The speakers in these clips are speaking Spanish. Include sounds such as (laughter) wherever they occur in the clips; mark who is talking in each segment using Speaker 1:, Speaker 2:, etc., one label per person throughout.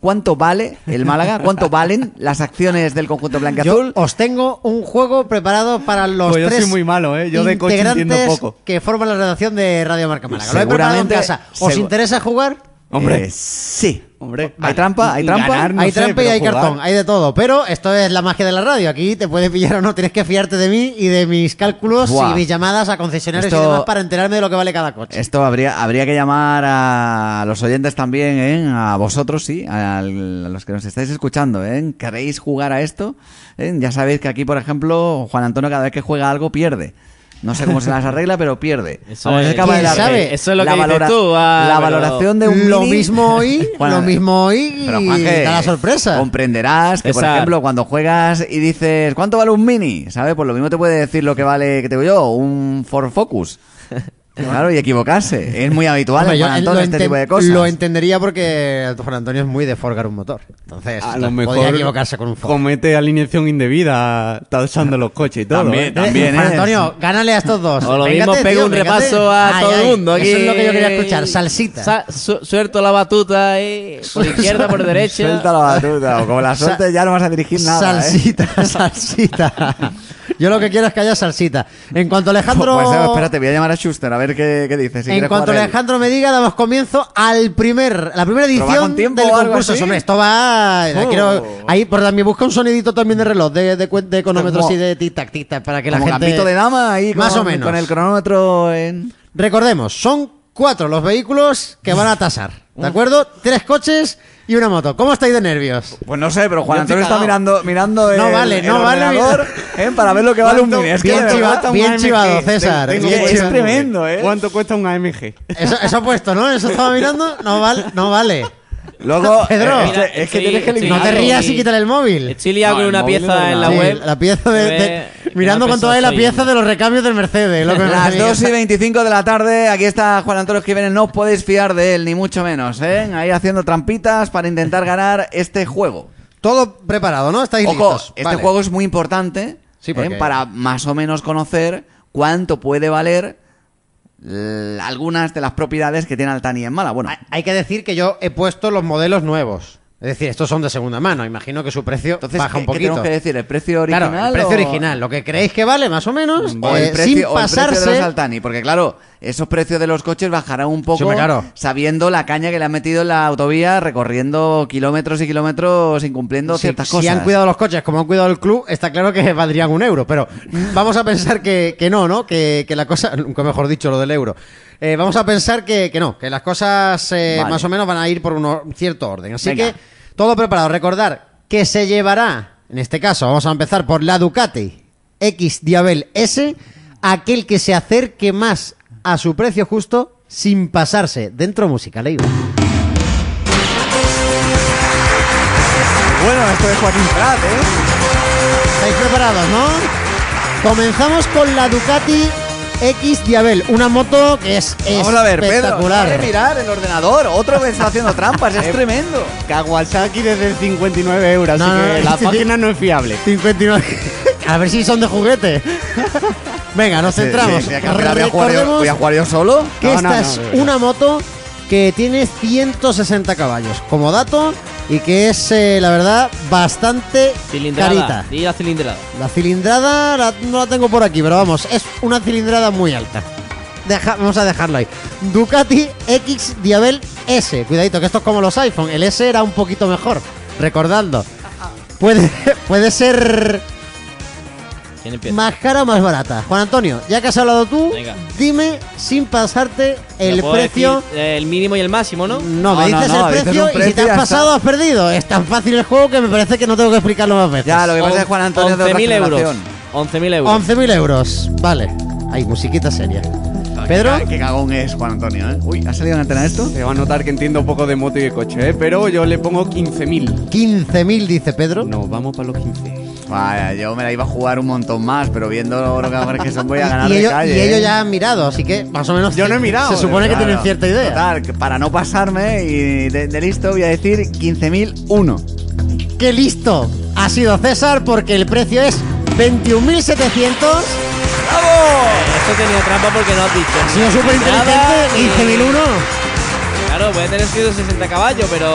Speaker 1: cuánto vale el Málaga, cuánto valen las acciones del conjunto
Speaker 2: Yo
Speaker 1: blanqueazul.
Speaker 2: os tengo un juego preparado para los
Speaker 3: Pues yo
Speaker 2: tres
Speaker 3: soy muy malo, ¿eh? Yo de coche entiendo
Speaker 2: integrantes
Speaker 3: poco.
Speaker 2: que forman la redacción de Radio Marca Málaga. Lo he preparado en
Speaker 1: Seguramente-
Speaker 2: casa. ¿Os
Speaker 1: segu-
Speaker 2: interesa jugar?
Speaker 3: Hombre.
Speaker 1: Eh, sí.
Speaker 3: Hombre,
Speaker 1: ¿Hay trampa? ¿Hay
Speaker 3: y
Speaker 1: trampa?
Speaker 3: ganar, no
Speaker 2: hay
Speaker 3: sé,
Speaker 2: trampa y
Speaker 3: pero
Speaker 2: hay
Speaker 3: jugar.
Speaker 2: cartón, hay de todo. Pero esto es la magia de la radio. Aquí te puede pillar o no. Tienes que fiarte de mí y de mis cálculos
Speaker 1: Buah.
Speaker 2: y mis llamadas a concesionarios y
Speaker 1: Esto-
Speaker 2: demás para enterarme de lo que vale cada coche.
Speaker 1: Esto habría, habría que llamar a los oyentes también, ¿eh? a vosotros, sí, a, l- a los que nos estáis escuchando. ¿eh? ¿Queréis jugar a esto? ¿Eh? Ya sabéis que aquí, por ejemplo, Juan Antonio cada vez que juega algo pierde. No sé cómo se las arregla, pero pierde.
Speaker 4: Eso
Speaker 1: Vamos,
Speaker 4: es.
Speaker 1: acaba de
Speaker 2: ¿Quién
Speaker 1: la-
Speaker 2: sabe?
Speaker 4: Eso es lo que dices tú, ah,
Speaker 1: La
Speaker 4: pero-
Speaker 1: valoración de un
Speaker 2: Lo
Speaker 1: mini-
Speaker 2: mismo (laughs) hoy,
Speaker 1: (laughs) Juan-
Speaker 2: lo mismo hoy
Speaker 1: Pero
Speaker 2: y
Speaker 1: Juanje,
Speaker 2: da la sorpresa.
Speaker 1: Comprenderás que, por
Speaker 4: César.
Speaker 1: ejemplo, cuando juegas y dices, ¿cuánto vale un mini? ¿Sabes? Pues lo mismo te puede decir lo que vale, que te digo yo, un Ford
Speaker 2: (laughs)
Speaker 1: Focus. Claro, y equivocarse. Es muy habitual
Speaker 2: Hombre,
Speaker 1: en
Speaker 2: yo
Speaker 1: Juan Antonio
Speaker 2: lo
Speaker 1: este
Speaker 2: enten-
Speaker 1: tipo de cosas.
Speaker 2: Lo entendería porque Juan Antonio es muy de forgar un motor. Entonces, pues,
Speaker 3: A lo mejor
Speaker 2: podría equivocarse con un Ford. Eh,
Speaker 3: comete alineación indebida talsando los coches y todo.
Speaker 4: También,
Speaker 3: ¿eh?
Speaker 4: también.
Speaker 2: Juan
Speaker 1: ¿eh?
Speaker 2: Antonio, gánale a estos dos.
Speaker 4: O lo
Speaker 2: Véngate,
Speaker 4: mismo pego
Speaker 2: tío,
Speaker 4: un
Speaker 2: véngate.
Speaker 4: repaso a
Speaker 2: Ay,
Speaker 4: todo el
Speaker 2: ay,
Speaker 4: mundo aquí.
Speaker 2: Eso es lo que yo quería escuchar, salsita.
Speaker 4: Sa- su- suelto la batuta ahí, por izquierda, por derecha.
Speaker 1: Suelta la batuta, o como la
Speaker 2: Sa-
Speaker 1: sueltes ya no vas a dirigir nada. ¿eh?
Speaker 2: salsita, (laughs) salsita. Yo lo que quiero es que haya salsita. En cuanto Alejandro,
Speaker 1: Pues, eh, espérate, voy a llamar a Schuster a ver qué, qué dice. si
Speaker 2: en
Speaker 1: quiere
Speaker 2: cuanto
Speaker 1: jugar él.
Speaker 2: Alejandro me diga, damos comienzo al primer, la primera
Speaker 1: ¿Pero va
Speaker 2: edición
Speaker 1: con tiempo
Speaker 2: del
Speaker 1: o algo
Speaker 2: concurso.
Speaker 1: así?
Speaker 2: Hombre, esto va. la
Speaker 1: Oh.
Speaker 2: quiero- ahí, por también busca un sonidito también de reloj, de, de, cuen- de cronómetros
Speaker 1: Como-
Speaker 2: y de tic tac, tic tac, para que la
Speaker 1: Como
Speaker 2: gente.
Speaker 1: gambito de dama ahí con,
Speaker 2: Más o menos.
Speaker 1: con el cronómetro en...
Speaker 2: Recordemos, son cuatro los vehículos que van a tasar, ¿de acuerdo? Tres coches y una moto. ¿Cómo estáis de nervios?
Speaker 1: Pues no sé, pero Juan
Speaker 2: Yo
Speaker 1: Antonio
Speaker 2: estoy
Speaker 1: está
Speaker 2: cagao.
Speaker 1: mirando, mirando
Speaker 2: No
Speaker 1: el,
Speaker 2: vale, no
Speaker 1: el
Speaker 2: vale,
Speaker 1: ordenador, ¿eh? para ver lo que vale un
Speaker 3: ¿Cuánto?
Speaker 1: mini. Es que
Speaker 2: Bien
Speaker 1: de verdad
Speaker 2: chiva-
Speaker 1: está muy
Speaker 2: bien
Speaker 1: AMG.
Speaker 2: chivado, César.
Speaker 1: Tengo-
Speaker 2: bien
Speaker 1: es
Speaker 2: chivado.
Speaker 1: tremendo, ¿eh?
Speaker 3: ¿Cuánto cuesta un AMG?
Speaker 2: Eso, eso ha puesto, ¿no? Eso estaba mirando. No, val- no vale.
Speaker 1: Luego,
Speaker 2: (laughs) Pedro,
Speaker 1: eh,
Speaker 2: mira,
Speaker 1: es que- es que
Speaker 4: sí,
Speaker 1: tienes que
Speaker 4: sí,
Speaker 1: eliminar.
Speaker 2: No te
Speaker 4: Claro.
Speaker 2: rías y quítale el móvil.
Speaker 4: Estoy liado
Speaker 3: No,
Speaker 4: con
Speaker 3: el
Speaker 4: una
Speaker 3: móvil no
Speaker 4: pieza
Speaker 3: lo
Speaker 4: en la
Speaker 3: da.
Speaker 2: Ah, Sí,
Speaker 4: web.
Speaker 2: la pieza de,
Speaker 4: Eh,
Speaker 2: de-
Speaker 4: que no
Speaker 2: mirando cuánto
Speaker 4: pesado
Speaker 2: vale la
Speaker 4: soy.
Speaker 2: pieza de los recambios del Mercedes. lo que me
Speaker 1: Las
Speaker 2: refería.
Speaker 1: 2 y 25 de la tarde, aquí está Juan Antonio Jiménez, no os podéis fiar de él, ni mucho menos, ¿eh? Ahí haciendo trampitas para intentar ganar este juego.
Speaker 2: Todo preparado, ¿no? Estáis
Speaker 1: Ojo,
Speaker 2: listos.
Speaker 1: este
Speaker 2: Vale.
Speaker 1: juego es muy importante
Speaker 2: Sí,
Speaker 1: ¿eh?
Speaker 2: porque-
Speaker 1: para más o menos conocer cuánto puede valer l- algunas de las propiedades que tiene Altani en Mala. Bueno,
Speaker 2: Hay- Hay que decir que yo he puesto los modelos nuevos. Es decir, estos son de segunda mano. Imagino que su precio
Speaker 1: entonces,
Speaker 2: baja
Speaker 1: ¿qué,
Speaker 2: un
Speaker 1: qué
Speaker 2: poquito.
Speaker 1: tenemos que decir? ¿El precio original?
Speaker 2: Claro, el precio
Speaker 1: o-
Speaker 2: original. Lo que creéis que vale, más o menos.
Speaker 1: O
Speaker 2: eh,
Speaker 1: el, precio, o
Speaker 2: sin
Speaker 1: el precio
Speaker 2: pasarse.
Speaker 1: de los Altani, porque claro, esos precios de los coches bajarán un poco
Speaker 2: Sí, hombre, claro.
Speaker 1: sabiendo la caña que le han metido en la autovía recorriendo kilómetros y kilómetros incumpliendo
Speaker 2: si,
Speaker 1: ciertas
Speaker 2: si
Speaker 1: cosas.
Speaker 2: han cuidado los coches como han cuidado el club, está claro que (laughs) valdrían un euro, pero vamos a pensar que, que no, ¿no? Que, que la cosa, (laughs) nunca mejor dicho lo del euro. Eh, vamos a pensar que, que no, que las cosas eh,
Speaker 1: Vale.
Speaker 2: más o menos van a ir por uno- un cierto orden. Así
Speaker 1: Venga.
Speaker 2: que todo preparado. Recordar que se llevará, en este caso, vamos a empezar por la Ducati X Diabel S, aquel que se acerque más a su precio justo sin pasarse. Dentro música, le
Speaker 1: Bueno, esto es Joaquín Prat, ¿eh?
Speaker 2: ¿Estáis preparados, no? Comenzamos con la Ducati X Diabel, una moto que es
Speaker 1: Vamos a ver, Pedro,
Speaker 2: espectacular.
Speaker 1: dale mirar el ordenador, otro me está haciendo trampas, es tremendo.
Speaker 3: Kawasaki desde 59 euros,
Speaker 2: No,
Speaker 3: así
Speaker 2: no,
Speaker 3: que
Speaker 2: no,
Speaker 3: la (laughs)
Speaker 2: este
Speaker 3: página no es fiable.
Speaker 2: 59.
Speaker 1: (laughs)
Speaker 2: a ver si son de juguete. Venga, nos centramos.
Speaker 1: Sí, sí, que al final voy a jugar yo-
Speaker 2: Recordemos
Speaker 1: voy a jugar yo solo.
Speaker 2: que
Speaker 3: No,
Speaker 2: esta
Speaker 3: no, no,
Speaker 2: es
Speaker 3: no, no.
Speaker 2: una moto que tiene 160 caballos como dato y que es, eh, la verdad, bastante
Speaker 4: Cilindrada.
Speaker 2: carita.
Speaker 4: Di la cilindrada.
Speaker 2: La cilindrada la- no la tengo por aquí, pero vamos, es una cilindrada muy alta. Deja- vamos a dejarlo ahí. Ducati X Diabel S. Cuidadito, que esto es como los iPhone. El S era un poquito mejor, recordando. Puede, (laughs) puede ser
Speaker 4: ¿Quién empieza?
Speaker 2: más cara o más barata. Juan Antonio, ya que has hablado tú,
Speaker 4: Venga.
Speaker 2: dime sin pasarte
Speaker 4: Lo
Speaker 2: el
Speaker 4: puedo
Speaker 2: precio. Mm,
Speaker 4: decir, eh, el mínimo y el máximo, ¿no?
Speaker 2: No,
Speaker 1: No, no,
Speaker 2: me dices
Speaker 1: no,
Speaker 2: el
Speaker 1: dices
Speaker 2: precio
Speaker 1: un
Speaker 2: y si
Speaker 1: precio
Speaker 2: te
Speaker 1: y
Speaker 2: has
Speaker 1: ya está.
Speaker 2: pasado has perdido. Es tan fácil el juego que me parece que no tengo que explicarlo más veces.
Speaker 1: Ya, lo que pasa es
Speaker 4: On-
Speaker 1: que Juan Antonio es de otra
Speaker 4: 11.000 euros.
Speaker 1: generación.
Speaker 4: 11.000 euros.
Speaker 2: 11.000 euros. Vale. Hay musiquita seria. Pedro,
Speaker 1: Qué, cagón es Juan Antonio, ¿eh? Uy, ¿ha salido en antena esto?
Speaker 3: Se va a notar que entiendo poco de moto y de coche, ¿eh? pero yo le pongo 15.000.
Speaker 2: 15.000 dice Pedro.
Speaker 3: No, vamos para los 15.
Speaker 1: Vaya, yo me la iba a jugar un montón más, pero viendo lo que que son voy a ganar
Speaker 2: (laughs) Y
Speaker 1: de
Speaker 2: ellos,
Speaker 1: calle.
Speaker 2: y ellos
Speaker 1: ¿eh?
Speaker 2: ya han mirado, así que más o menos.
Speaker 3: Yo no he mirado,
Speaker 2: Se supone que
Speaker 1: Claro.
Speaker 2: tienen cierta idea.
Speaker 1: Total, que para no pasarme y de, de listo voy a decir 15.001.
Speaker 2: ¡Qué listo! Ha sido César porque el precio es 21.700.
Speaker 4: Esto tenía trampa porque no has dicho.
Speaker 2: Ha sido súper
Speaker 4: Nada,
Speaker 2: inteligente.
Speaker 4: ni-
Speaker 2: 15.001.
Speaker 4: Claro, puede tener 160 caballos, pero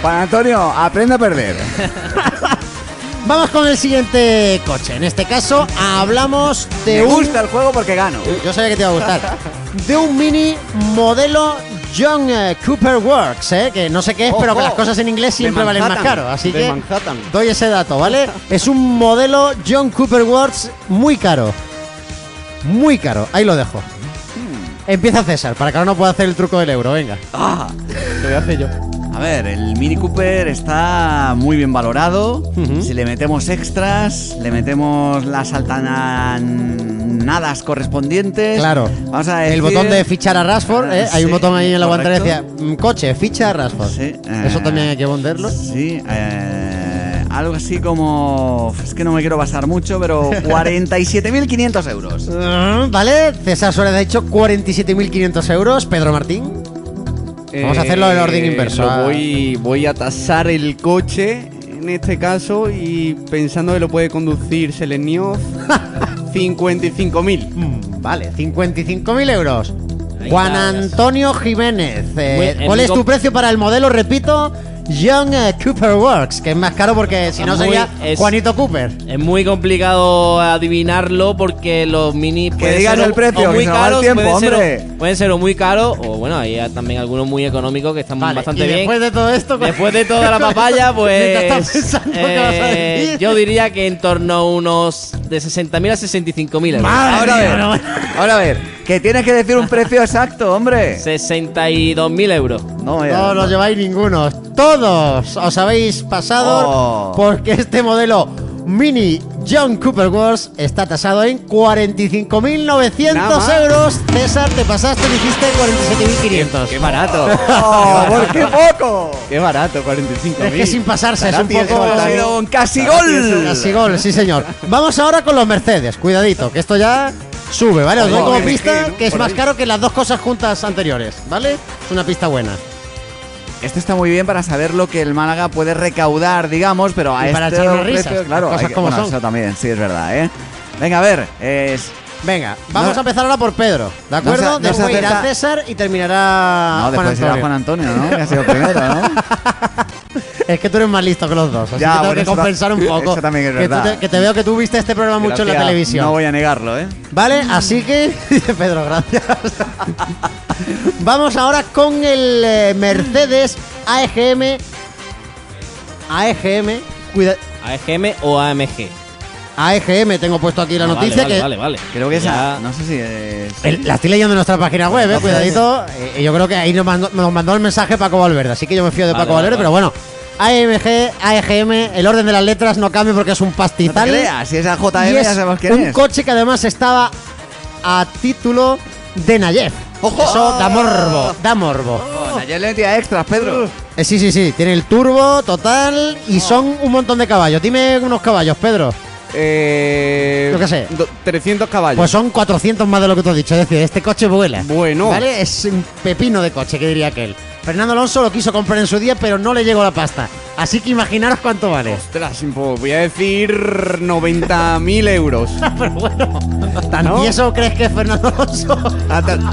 Speaker 1: Juan Antonio, aprende a perder.
Speaker 2: Vamos con el siguiente coche. En este caso hablamos
Speaker 1: Me
Speaker 2: de un.
Speaker 1: gusta el juego porque gano.
Speaker 2: Yo sabía que te iba a gustar. De un mini modelo John eh, Cooper Works, ¿eh? que no sé qué es, pero que
Speaker 3: Ojo.
Speaker 2: las cosas en inglés
Speaker 3: De
Speaker 2: siempre valen más
Speaker 3: Manhattan.
Speaker 2: caro. Así
Speaker 3: De
Speaker 2: que
Speaker 3: Manhattan.
Speaker 2: doy ese dato, ¿vale? Es un modelo John Cooper Works muy caro. Muy caro. Ahí lo dejo. Empieza César, para que ahora no pueda hacer el truco del euro, venga.
Speaker 1: Ah,
Speaker 3: Lo voy a hacer yo.
Speaker 1: a ver, el Mini Cooper está muy bien valorado. Si le metemos extras, le metemos las altanadas correspondientes.
Speaker 2: Claro.
Speaker 1: Vamos a
Speaker 2: El
Speaker 1: decir-
Speaker 2: botón de fichar a Rashford, ¿eh?
Speaker 1: Ah,
Speaker 2: hay un
Speaker 1: sí,
Speaker 2: botón ahí en la
Speaker 1: correcto.
Speaker 2: pantalla que decía, mm, coche, ficha a Rashford.
Speaker 1: Sí, eh,
Speaker 2: Eso también hay que venderlo.
Speaker 1: Sí, eh, algo así como. Es que no me quiero basar mucho,
Speaker 2: (laughs)
Speaker 1: pero 47.500 euros.
Speaker 2: Mm, ¿Vale? César Suárez ha hecho 47.500 euros. Pedro Martín. Vamos a hacerlo en orden inverso.
Speaker 3: Eh, lo voy, voy a tasar el coche en este caso y pensando que lo puede conducir
Speaker 2: (laughs)
Speaker 3: Seleniov 55.000.
Speaker 2: Mm, Vale, 55.000 euros. Juan Antonio Jiménez. eh,
Speaker 4: Muy-
Speaker 2: ¿Cuál
Speaker 4: el
Speaker 2: es tu
Speaker 4: único-
Speaker 2: precio para el modelo? Repito, John eh, Cooper Works, que es más caro porque si no
Speaker 4: Muy-
Speaker 2: sería
Speaker 4: es-
Speaker 2: Juanito Cooper.
Speaker 4: Es muy complicado adivinarlo porque los mini pueden
Speaker 1: digan
Speaker 4: ser o-
Speaker 1: el precio,
Speaker 4: o muy
Speaker 1: que se nos va el
Speaker 4: caros,
Speaker 1: tiempo,
Speaker 4: pueden ser o-
Speaker 1: hombre.
Speaker 4: pueden ser o muy caros o bueno, hay también algunos muy económicos que están
Speaker 2: Vale,
Speaker 4: bastante
Speaker 2: y
Speaker 4: bien.
Speaker 2: después de todo esto... ¿cuál-
Speaker 4: Después de
Speaker 2: (laughs)
Speaker 4: toda la papaya, pues.
Speaker 2: Mientras estás pensando qué vas a
Speaker 4: eh,
Speaker 2: decir.
Speaker 4: Yo diría que en torno a unos de 60.000 a 65.000 euros.
Speaker 2: Ah,
Speaker 1: ahora a ver, ahora a ver, que tienes que decir un precio exacto, hombre.
Speaker 4: 62.000 euros.
Speaker 1: No, ya,
Speaker 2: No lo lleváis ninguno. Todos os habéis pasado
Speaker 1: Oh.
Speaker 2: porque este modelo Mini John Cooper Wars está tasado en 45.900
Speaker 3: Nada.
Speaker 2: euros. César, te pasaste, dijiste 47.500.
Speaker 3: ¡Qué barato!
Speaker 2: (laughs)
Speaker 1: Oh, ¿Por qué poco?
Speaker 3: (laughs) ¡Qué barato! 45.000.
Speaker 2: Es que sin pasarse, es un
Speaker 3: Tarati,
Speaker 2: poco...
Speaker 3: eso,
Speaker 1: Ha
Speaker 3: Tarati.
Speaker 1: sido un casi gol.
Speaker 2: Casi gol, sí señor. Vamos ahora con los Mercedes. Cuidadito, que esto ya sube, ¿vale? Os doy
Speaker 3: Ojo,
Speaker 2: como
Speaker 3: MG,
Speaker 2: pista
Speaker 3: ¿no?
Speaker 2: que es
Speaker 3: Por
Speaker 2: más
Speaker 3: ahí.
Speaker 2: caro que las dos cosas juntas anteriores, ¿vale? Es una pista buena.
Speaker 1: Esto Este está muy bien para saber lo que el Málaga puede recaudar, digamos, pero a
Speaker 2: Y para
Speaker 1: este
Speaker 2: echar unas risas,
Speaker 1: precio, claro,
Speaker 2: cosas
Speaker 1: hay que-
Speaker 2: como
Speaker 1: bueno,
Speaker 2: son.
Speaker 1: eso también, sí es verdad, ¿eh? Venga, a ver, es
Speaker 2: Venga, vamos
Speaker 1: No.
Speaker 2: a empezar ahora por Pedro, ¿de acuerdo?
Speaker 1: No se- no se
Speaker 2: después irá
Speaker 1: acepta-
Speaker 2: César y
Speaker 1: no,
Speaker 2: terminará Ah, Juan
Speaker 1: después será
Speaker 2: Antonio.
Speaker 1: Juan Antonio, ¿no? Que ha sido el primero,
Speaker 2: (laughs)
Speaker 1: ¿no?
Speaker 2: Es que tú eres más listo que los dos, así
Speaker 1: Ya,
Speaker 2: que tengo
Speaker 1: bueno,
Speaker 2: que
Speaker 1: eso ta-
Speaker 2: compensar un poco.
Speaker 1: eso también es
Speaker 2: que tú
Speaker 1: verdad.
Speaker 2: te- que te veo que tú viste este programa mucho en la
Speaker 1: Gracias,
Speaker 2: televisión.
Speaker 1: No voy a negarlo, ¿eh?
Speaker 2: Vale, así que. (laughs) Pedro, gracias. (laughs) Vamos ahora con el eh, Mercedes AEGM. AEGM. Cuida
Speaker 4: AGM E o AMG.
Speaker 2: AEGM, tengo puesto aquí la
Speaker 4: Ah,
Speaker 2: noticia
Speaker 4: vale,
Speaker 2: que.
Speaker 4: Vale, vale,
Speaker 1: Creo que
Speaker 4: Ya-
Speaker 1: esa, no sé si es...
Speaker 2: el- la estoy leyendo en nuestra página web, eh, cuidadito. Eh, yo creo que ahí nos mandó, nos mandó el mensaje Paco Valverde, así que yo me fío de
Speaker 4: Vale,
Speaker 2: Paco
Speaker 4: vale,
Speaker 2: Valverde,
Speaker 4: vale.
Speaker 2: pero bueno. AMG, AEGM, el orden de las letras no cambia porque es un
Speaker 1: No te
Speaker 2: pastizal.
Speaker 1: creas, si es a
Speaker 2: Y
Speaker 1: JM ya
Speaker 2: es
Speaker 1: sabemos quién
Speaker 2: un
Speaker 1: es.
Speaker 2: coche que además estaba a título de Nayef.
Speaker 1: ¡Ojo!
Speaker 2: Eso da morbo, da morbo.
Speaker 1: Oh, Ayer le metía extras, Pedro.
Speaker 2: Eh, sí, sí, sí, tiene el turbo total
Speaker 1: Oh.
Speaker 2: y son un montón de caballos. Dime unos caballos, Pedro.
Speaker 3: Eh,
Speaker 2: Yo qué sé.
Speaker 3: do- 300 caballos.
Speaker 2: Pues son 400 más de lo que te he dicho, es decir, este coche vuela.
Speaker 3: Bueno.
Speaker 2: ¿Vale? Es un pepino de coche, que diría aquel. Fernando Alonso lo quiso comprar en su día, pero no le llegó la pasta. Así que imaginaros cuánto vale.
Speaker 3: (laughs) Ostras, pues voy a decir 90.000 euros.
Speaker 2: (laughs) Pero bueno, ¿tan
Speaker 3: ¿No?
Speaker 2: tieso crees que es Fernando Alonso?
Speaker 3: Ah, tan-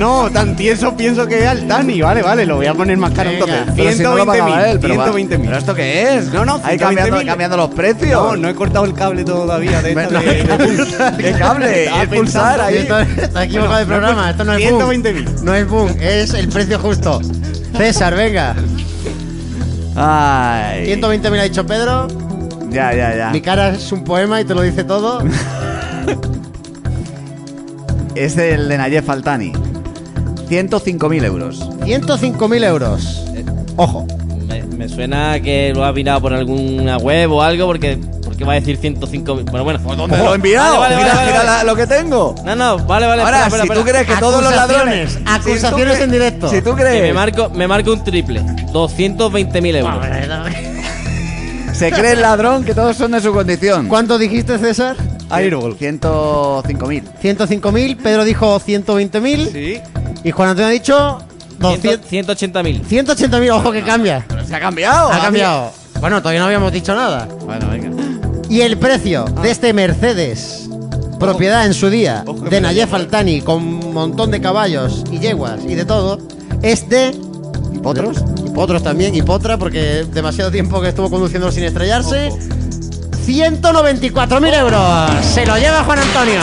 Speaker 3: no, tan tieso pienso que era el Tani. Vale, vale, lo voy a poner más caro
Speaker 2: Venga.
Speaker 3: entonces.
Speaker 1: Pero si no lo
Speaker 3: 120.000.
Speaker 1: pagaba él, pero va.
Speaker 3: 120.000.
Speaker 1: ¿Pero esto qué es?
Speaker 3: No, no,
Speaker 1: Ahí cambiando,
Speaker 3: 120.000.
Speaker 1: cambiando los precios.
Speaker 3: No, no he cortado el cable todavía de esta
Speaker 1: Bueno,
Speaker 3: de-
Speaker 1: (laughs)
Speaker 3: de-
Speaker 1: ¿Qué cable?
Speaker 3: Estaba
Speaker 1: Es pulsar
Speaker 3: pensando.
Speaker 1: ahí.
Speaker 2: Esto- Está equivocado el programa, esto no es boom.
Speaker 3: 120.000.
Speaker 2: No es boom, es el precio justo. César, venga.
Speaker 1: Ay.
Speaker 2: 120.000 ha dicho Pedro.
Speaker 1: Ya, ya,
Speaker 3: Ah.
Speaker 1: ya.
Speaker 2: Mi cara es un poema y te lo dice todo.
Speaker 1: Es el de Nayef Altani. 105.000 euros.
Speaker 2: 105.000 euros. Ojo.
Speaker 4: Me, me suena que lo has mirado por alguna web o algo porque, porque va a decir 105.000. Bueno, bueno.
Speaker 1: ¿Dónde lo he enviado?
Speaker 4: Vale, vale,
Speaker 1: mira,
Speaker 4: vale,
Speaker 1: mira
Speaker 4: vale.
Speaker 1: la- lo que tengo.
Speaker 4: No, no, vale, vale.
Speaker 1: Ahora,
Speaker 4: espera, espera,
Speaker 1: si tú
Speaker 4: espera.
Speaker 1: crees que todos los
Speaker 2: Acusaciones,
Speaker 1: ladrones.
Speaker 2: acusaciones
Speaker 1: si tú crees-
Speaker 2: en directo.
Speaker 1: Si tú
Speaker 4: Que me
Speaker 1: crees.
Speaker 4: marco, me marco un triple. 220.000 euros.
Speaker 1: Se cree el ladrón que todos son de su condición.
Speaker 2: ¿Cuánto dijiste, César?
Speaker 3: Airball.
Speaker 1: 105.000.
Speaker 2: 105.000, Pedro dijo 120.000
Speaker 3: Sí.
Speaker 2: y Juan Antonio ha dicho 200
Speaker 4: 180.000.
Speaker 2: 180.000, ojo que cambia.
Speaker 1: Pero se ha cambiado.
Speaker 2: Ha cambiado. Bueno, todavía no habíamos dicho nada.
Speaker 1: Bueno, venga.
Speaker 2: Y el precio de este Mercedes, propiedad en su día
Speaker 3: Ojo,
Speaker 2: de
Speaker 3: me
Speaker 2: Nayef Altani, con un montón de caballos y yeguas y de todo, es de
Speaker 1: ¿Y potros?
Speaker 2: Potros también, y Potra, porque demasiado tiempo que estuvo conduciendo sin estrellarse. 194.000 euros. Se lo lleva Juan Antonio.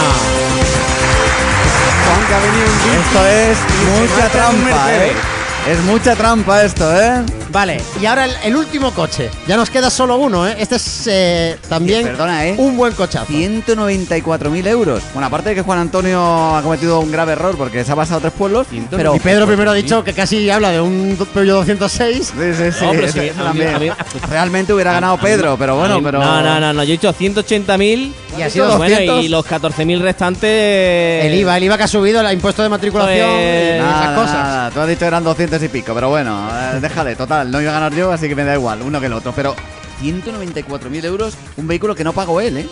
Speaker 3: Juan, que ha venido en bici.
Speaker 1: Esto es mucha
Speaker 3: mata un
Speaker 1: trampa, ¿eh?
Speaker 3: Mercedes.
Speaker 1: Es mucha trampa esto, ¿eh?
Speaker 2: Vale, y ahora el, el último coche. Ya nos queda solo uno, ¿eh? Este es eh, también
Speaker 1: Eh, perdona, ¿eh?
Speaker 2: un buen cochazo.
Speaker 1: 194.000 euros. Bueno, aparte de que Juan Antonio ha cometido un grave error porque se ha pasado tres pueblos, pero...
Speaker 2: Y Pedro primero ha dicho que casi habla de un do- Peugeot 206.
Speaker 1: Sí, sí, sí,
Speaker 4: No, pero
Speaker 1: eso-
Speaker 4: sí,
Speaker 1: eso
Speaker 4: a mí-
Speaker 1: también.
Speaker 4: a mí-
Speaker 1: Realmente hubiera ganado Pedro, pero bueno, pero...
Speaker 4: No, no, no, no. Yo he hecho 180.000
Speaker 2: Y ha sido
Speaker 4: bueno,
Speaker 1: 200.
Speaker 4: y los 14.000 restantes.
Speaker 2: El IVA, el IVA que ha subido, el impuesto de matriculación
Speaker 4: Pues-
Speaker 2: y
Speaker 1: Eh. Nada,
Speaker 2: esas cosas.
Speaker 1: nada, Tú has dicho que eran 200 y pico, pero bueno, eh, déjale, total, no iba a ganar yo, así que me da igual, uno que el otro. Pero 194.000 euros, un vehículo que no pagó él, ¿eh?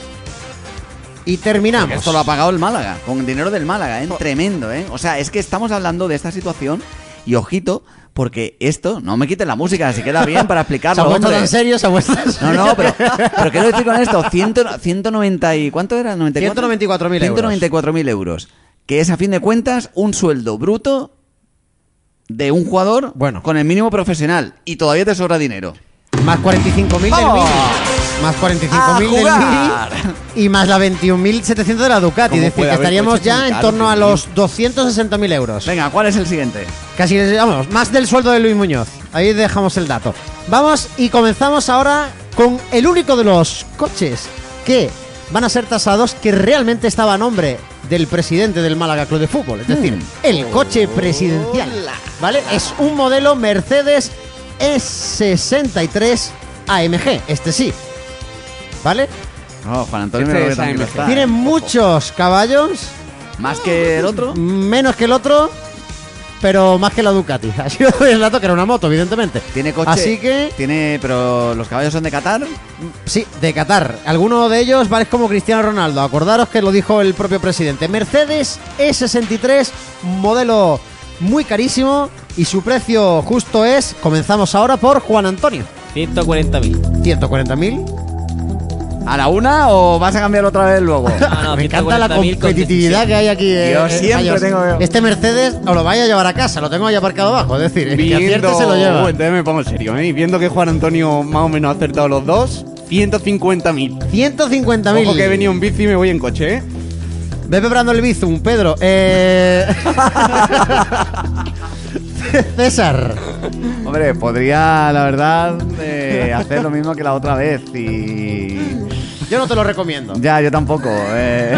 Speaker 2: Y terminamos.
Speaker 1: Esto lo ha pagado el Málaga, con dinero del Málaga, ¿eh? Tremendo, ¿eh? O sea, es que estamos hablando de esta situación y ojito, porque esto, no me quiten la música, si queda bien para
Speaker 2: (laughs) se
Speaker 1: explicarlo.
Speaker 2: ha puesto
Speaker 1: hombre.
Speaker 2: tan serio, se ha puesto tan
Speaker 1: No,
Speaker 2: serio.
Speaker 1: no,
Speaker 2: (laughs)
Speaker 1: pero, pero quiero decir con esto, 100, 190 y... ¿Cuánto era? 94?
Speaker 2: 194.000 euros.
Speaker 1: 194.000 euros. Que es, a fin de cuentas, un sueldo bruto de un jugador
Speaker 2: Bueno.
Speaker 1: con el mínimo profesional. Y todavía te sobra dinero. ¡Oh!
Speaker 2: Más 45.000 del
Speaker 1: ¡Vamos!
Speaker 2: Mini. Más 45.000 del
Speaker 1: ¡A jugar!
Speaker 2: Mini. Y más la 21.700 de la Ducati. Es
Speaker 1: ¿Cómo puede
Speaker 2: decir, que
Speaker 1: haber
Speaker 2: estaríamos
Speaker 1: coches
Speaker 2: ya
Speaker 1: tan
Speaker 2: en
Speaker 1: caros,
Speaker 2: torno a
Speaker 1: tío?
Speaker 2: los 260.000 euros.
Speaker 1: Venga, ¿cuál es el siguiente?
Speaker 2: Casi, vamos, más del sueldo de Luis Muñoz. Ahí dejamos el dato. Vamos y comenzamos ahora con el único de los coches que van a ser tasados que realmente estaba a nombre del presidente del Málaga Club de Fútbol. Es decir,
Speaker 1: Mm.
Speaker 2: el coche presidencial. ¿Vale? Es un modelo Mercedes E E63 AMG. Este sí. ¿Vale?
Speaker 1: No, Oh, Juan Antonio me
Speaker 3: Este
Speaker 1: lo
Speaker 3: es
Speaker 1: ve tranquilo,
Speaker 3: AMG.
Speaker 1: está.
Speaker 2: Tiene muchos caballos,
Speaker 1: ¿Más que el otro?
Speaker 2: menos que el otro, pero más que la Ducati. (laughs) Ha sido el dato que era una moto, evidentemente.
Speaker 1: Tiene coche.
Speaker 2: Así que,
Speaker 1: Tiene, pero los caballos son de Qatar.
Speaker 2: sí, de Qatar. Alguno de ellos vale como Cristiano Ronaldo. Acordaros que lo dijo el propio presidente. Mercedes E E63, modelo muy carísimo y su precio justo es, comenzamos ahora por Juan Antonio.
Speaker 1: (laughs)
Speaker 4: 140.000.
Speaker 2: 140.000.
Speaker 1: ¿A la una o vas a cambiar otra vez luego?
Speaker 4: No, no,
Speaker 2: Me encanta la
Speaker 4: 140.000 con
Speaker 2: competitividad que hay aquí. eh,
Speaker 1: Yo
Speaker 2: eh,
Speaker 1: siempre
Speaker 2: Mayos.
Speaker 1: tengo-
Speaker 2: Este Mercedes os lo vaya a llevar a casa, lo tengo ahí aparcado abajo. Es decir, el que acierte
Speaker 3: Viendo-
Speaker 2: se lo
Speaker 3: Uh,
Speaker 2: lleva.
Speaker 3: entonces me pongo serio, ¿eh? Y Viendo que Juan Antonio más o menos ha acertado los dos, 150.000.
Speaker 2: 150.000.
Speaker 3: Ojo que he venido en bici y me voy en coche, ¿eh?
Speaker 2: Ve preparando el bizum, Pedro. Eh... (laughs) César.
Speaker 1: Hombre, podría, la verdad, eh, hacer lo mismo que la otra vez y...
Speaker 2: Yo no te lo recomiendo.
Speaker 1: Ya, yo tampoco. eh.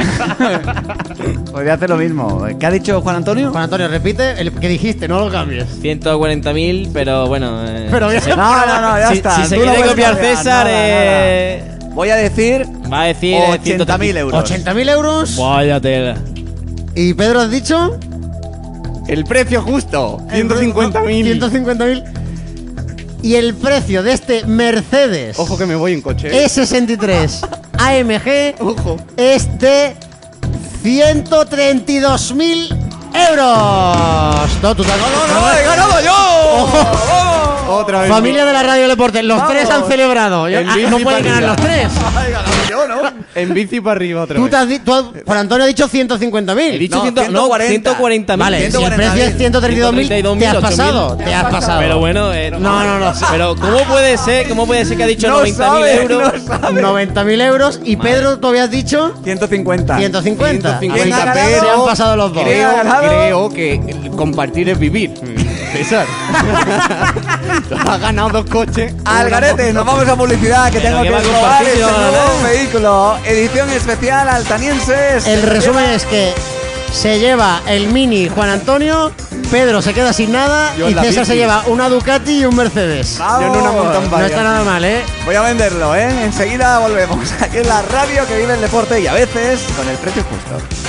Speaker 1: (laughs) Podría hacer lo mismo. ¿Qué ha dicho Juan Antonio?
Speaker 2: Juan Antonio, repite el que dijiste, no lo cambies.
Speaker 4: 140.000, pero bueno. eh,
Speaker 2: Pero bien.
Speaker 1: No, no, no, ya
Speaker 4: si,
Speaker 1: está.
Speaker 4: si se
Speaker 1: Tú lo
Speaker 4: quiere
Speaker 1: puedes
Speaker 4: copiar
Speaker 1: cambiar,
Speaker 4: César,
Speaker 1: nada,
Speaker 4: eh,
Speaker 1: nada. Voy a decir
Speaker 4: va a decir. eh,
Speaker 1: 80.000
Speaker 4: 115.
Speaker 1: euros.
Speaker 2: 80.000 euros.
Speaker 4: Vaya tela.
Speaker 2: Y Pedro has dicho.
Speaker 3: El precio justo, 150.000.
Speaker 2: 150.000. Y el precio de este Mercedes
Speaker 3: Ojo que me voy en coche, ¿eh?
Speaker 2: E63 AMG
Speaker 3: Ojo.
Speaker 2: es de 132.000 euros. No, tú te-
Speaker 1: ganado yo!
Speaker 3: Otra vez.
Speaker 2: Familia de la Radio Deporte, los
Speaker 1: Vamos.
Speaker 2: tres han celebrado. Yo-
Speaker 3: El
Speaker 2: ah,
Speaker 3: bici
Speaker 2: no pueden ganar
Speaker 3: parrilla.
Speaker 2: los tres.
Speaker 3: En bici para arriba otra
Speaker 2: Tú
Speaker 3: vez.
Speaker 2: te has di- tú has- Juan Antonio ha dicho 150.000.
Speaker 4: He dicho
Speaker 1: No,
Speaker 4: ciento- no,
Speaker 1: 140.000.
Speaker 4: 140.000.
Speaker 2: Vale, si el
Speaker 1: 140.000.
Speaker 2: precio es 132.000, te has
Speaker 4: 8.000.
Speaker 2: pasado. Te has pasado.
Speaker 4: Pero bueno, eh,
Speaker 2: No, no, no.
Speaker 4: Pero ¿cómo puede ser? ¿Cómo puede ser que ha dicho
Speaker 1: No
Speaker 4: 90.000
Speaker 1: sabe,
Speaker 4: euros?
Speaker 1: no sabe.
Speaker 2: 90.000 euros y Pedro, tú habías dicho
Speaker 1: 150.
Speaker 2: 150.
Speaker 3: 150,
Speaker 1: ¿Quién ha ganado?
Speaker 2: Se han pasado los dos.
Speaker 1: ¿Quién
Speaker 3: Creo,
Speaker 1: ha ganado?
Speaker 3: creo que el compartir es vivir. César. ha ganado dos coches.
Speaker 1: Algarete, nos vamos a publicidad que tengo
Speaker 4: Pero que
Speaker 1: que
Speaker 4: va
Speaker 1: probar
Speaker 4: compartido,
Speaker 1: este nuevo
Speaker 4: ¿no?
Speaker 1: vehículo. Edición especial altanienses.
Speaker 2: El resumen es que se lleva el mini Juan Antonio, Pedro se queda sin nada
Speaker 3: Yo
Speaker 2: y
Speaker 3: en la
Speaker 2: César se
Speaker 3: bici.
Speaker 2: lleva una Ducati y un Mercedes.
Speaker 1: Vamos.
Speaker 3: Yo en una mountain
Speaker 2: No está nada mal, ¿eh?
Speaker 1: Voy a (laughs) venderlo, ¿eh? Enseguida volvemos. Aquí en la radio que vive el deporte y a veces con el precio justo.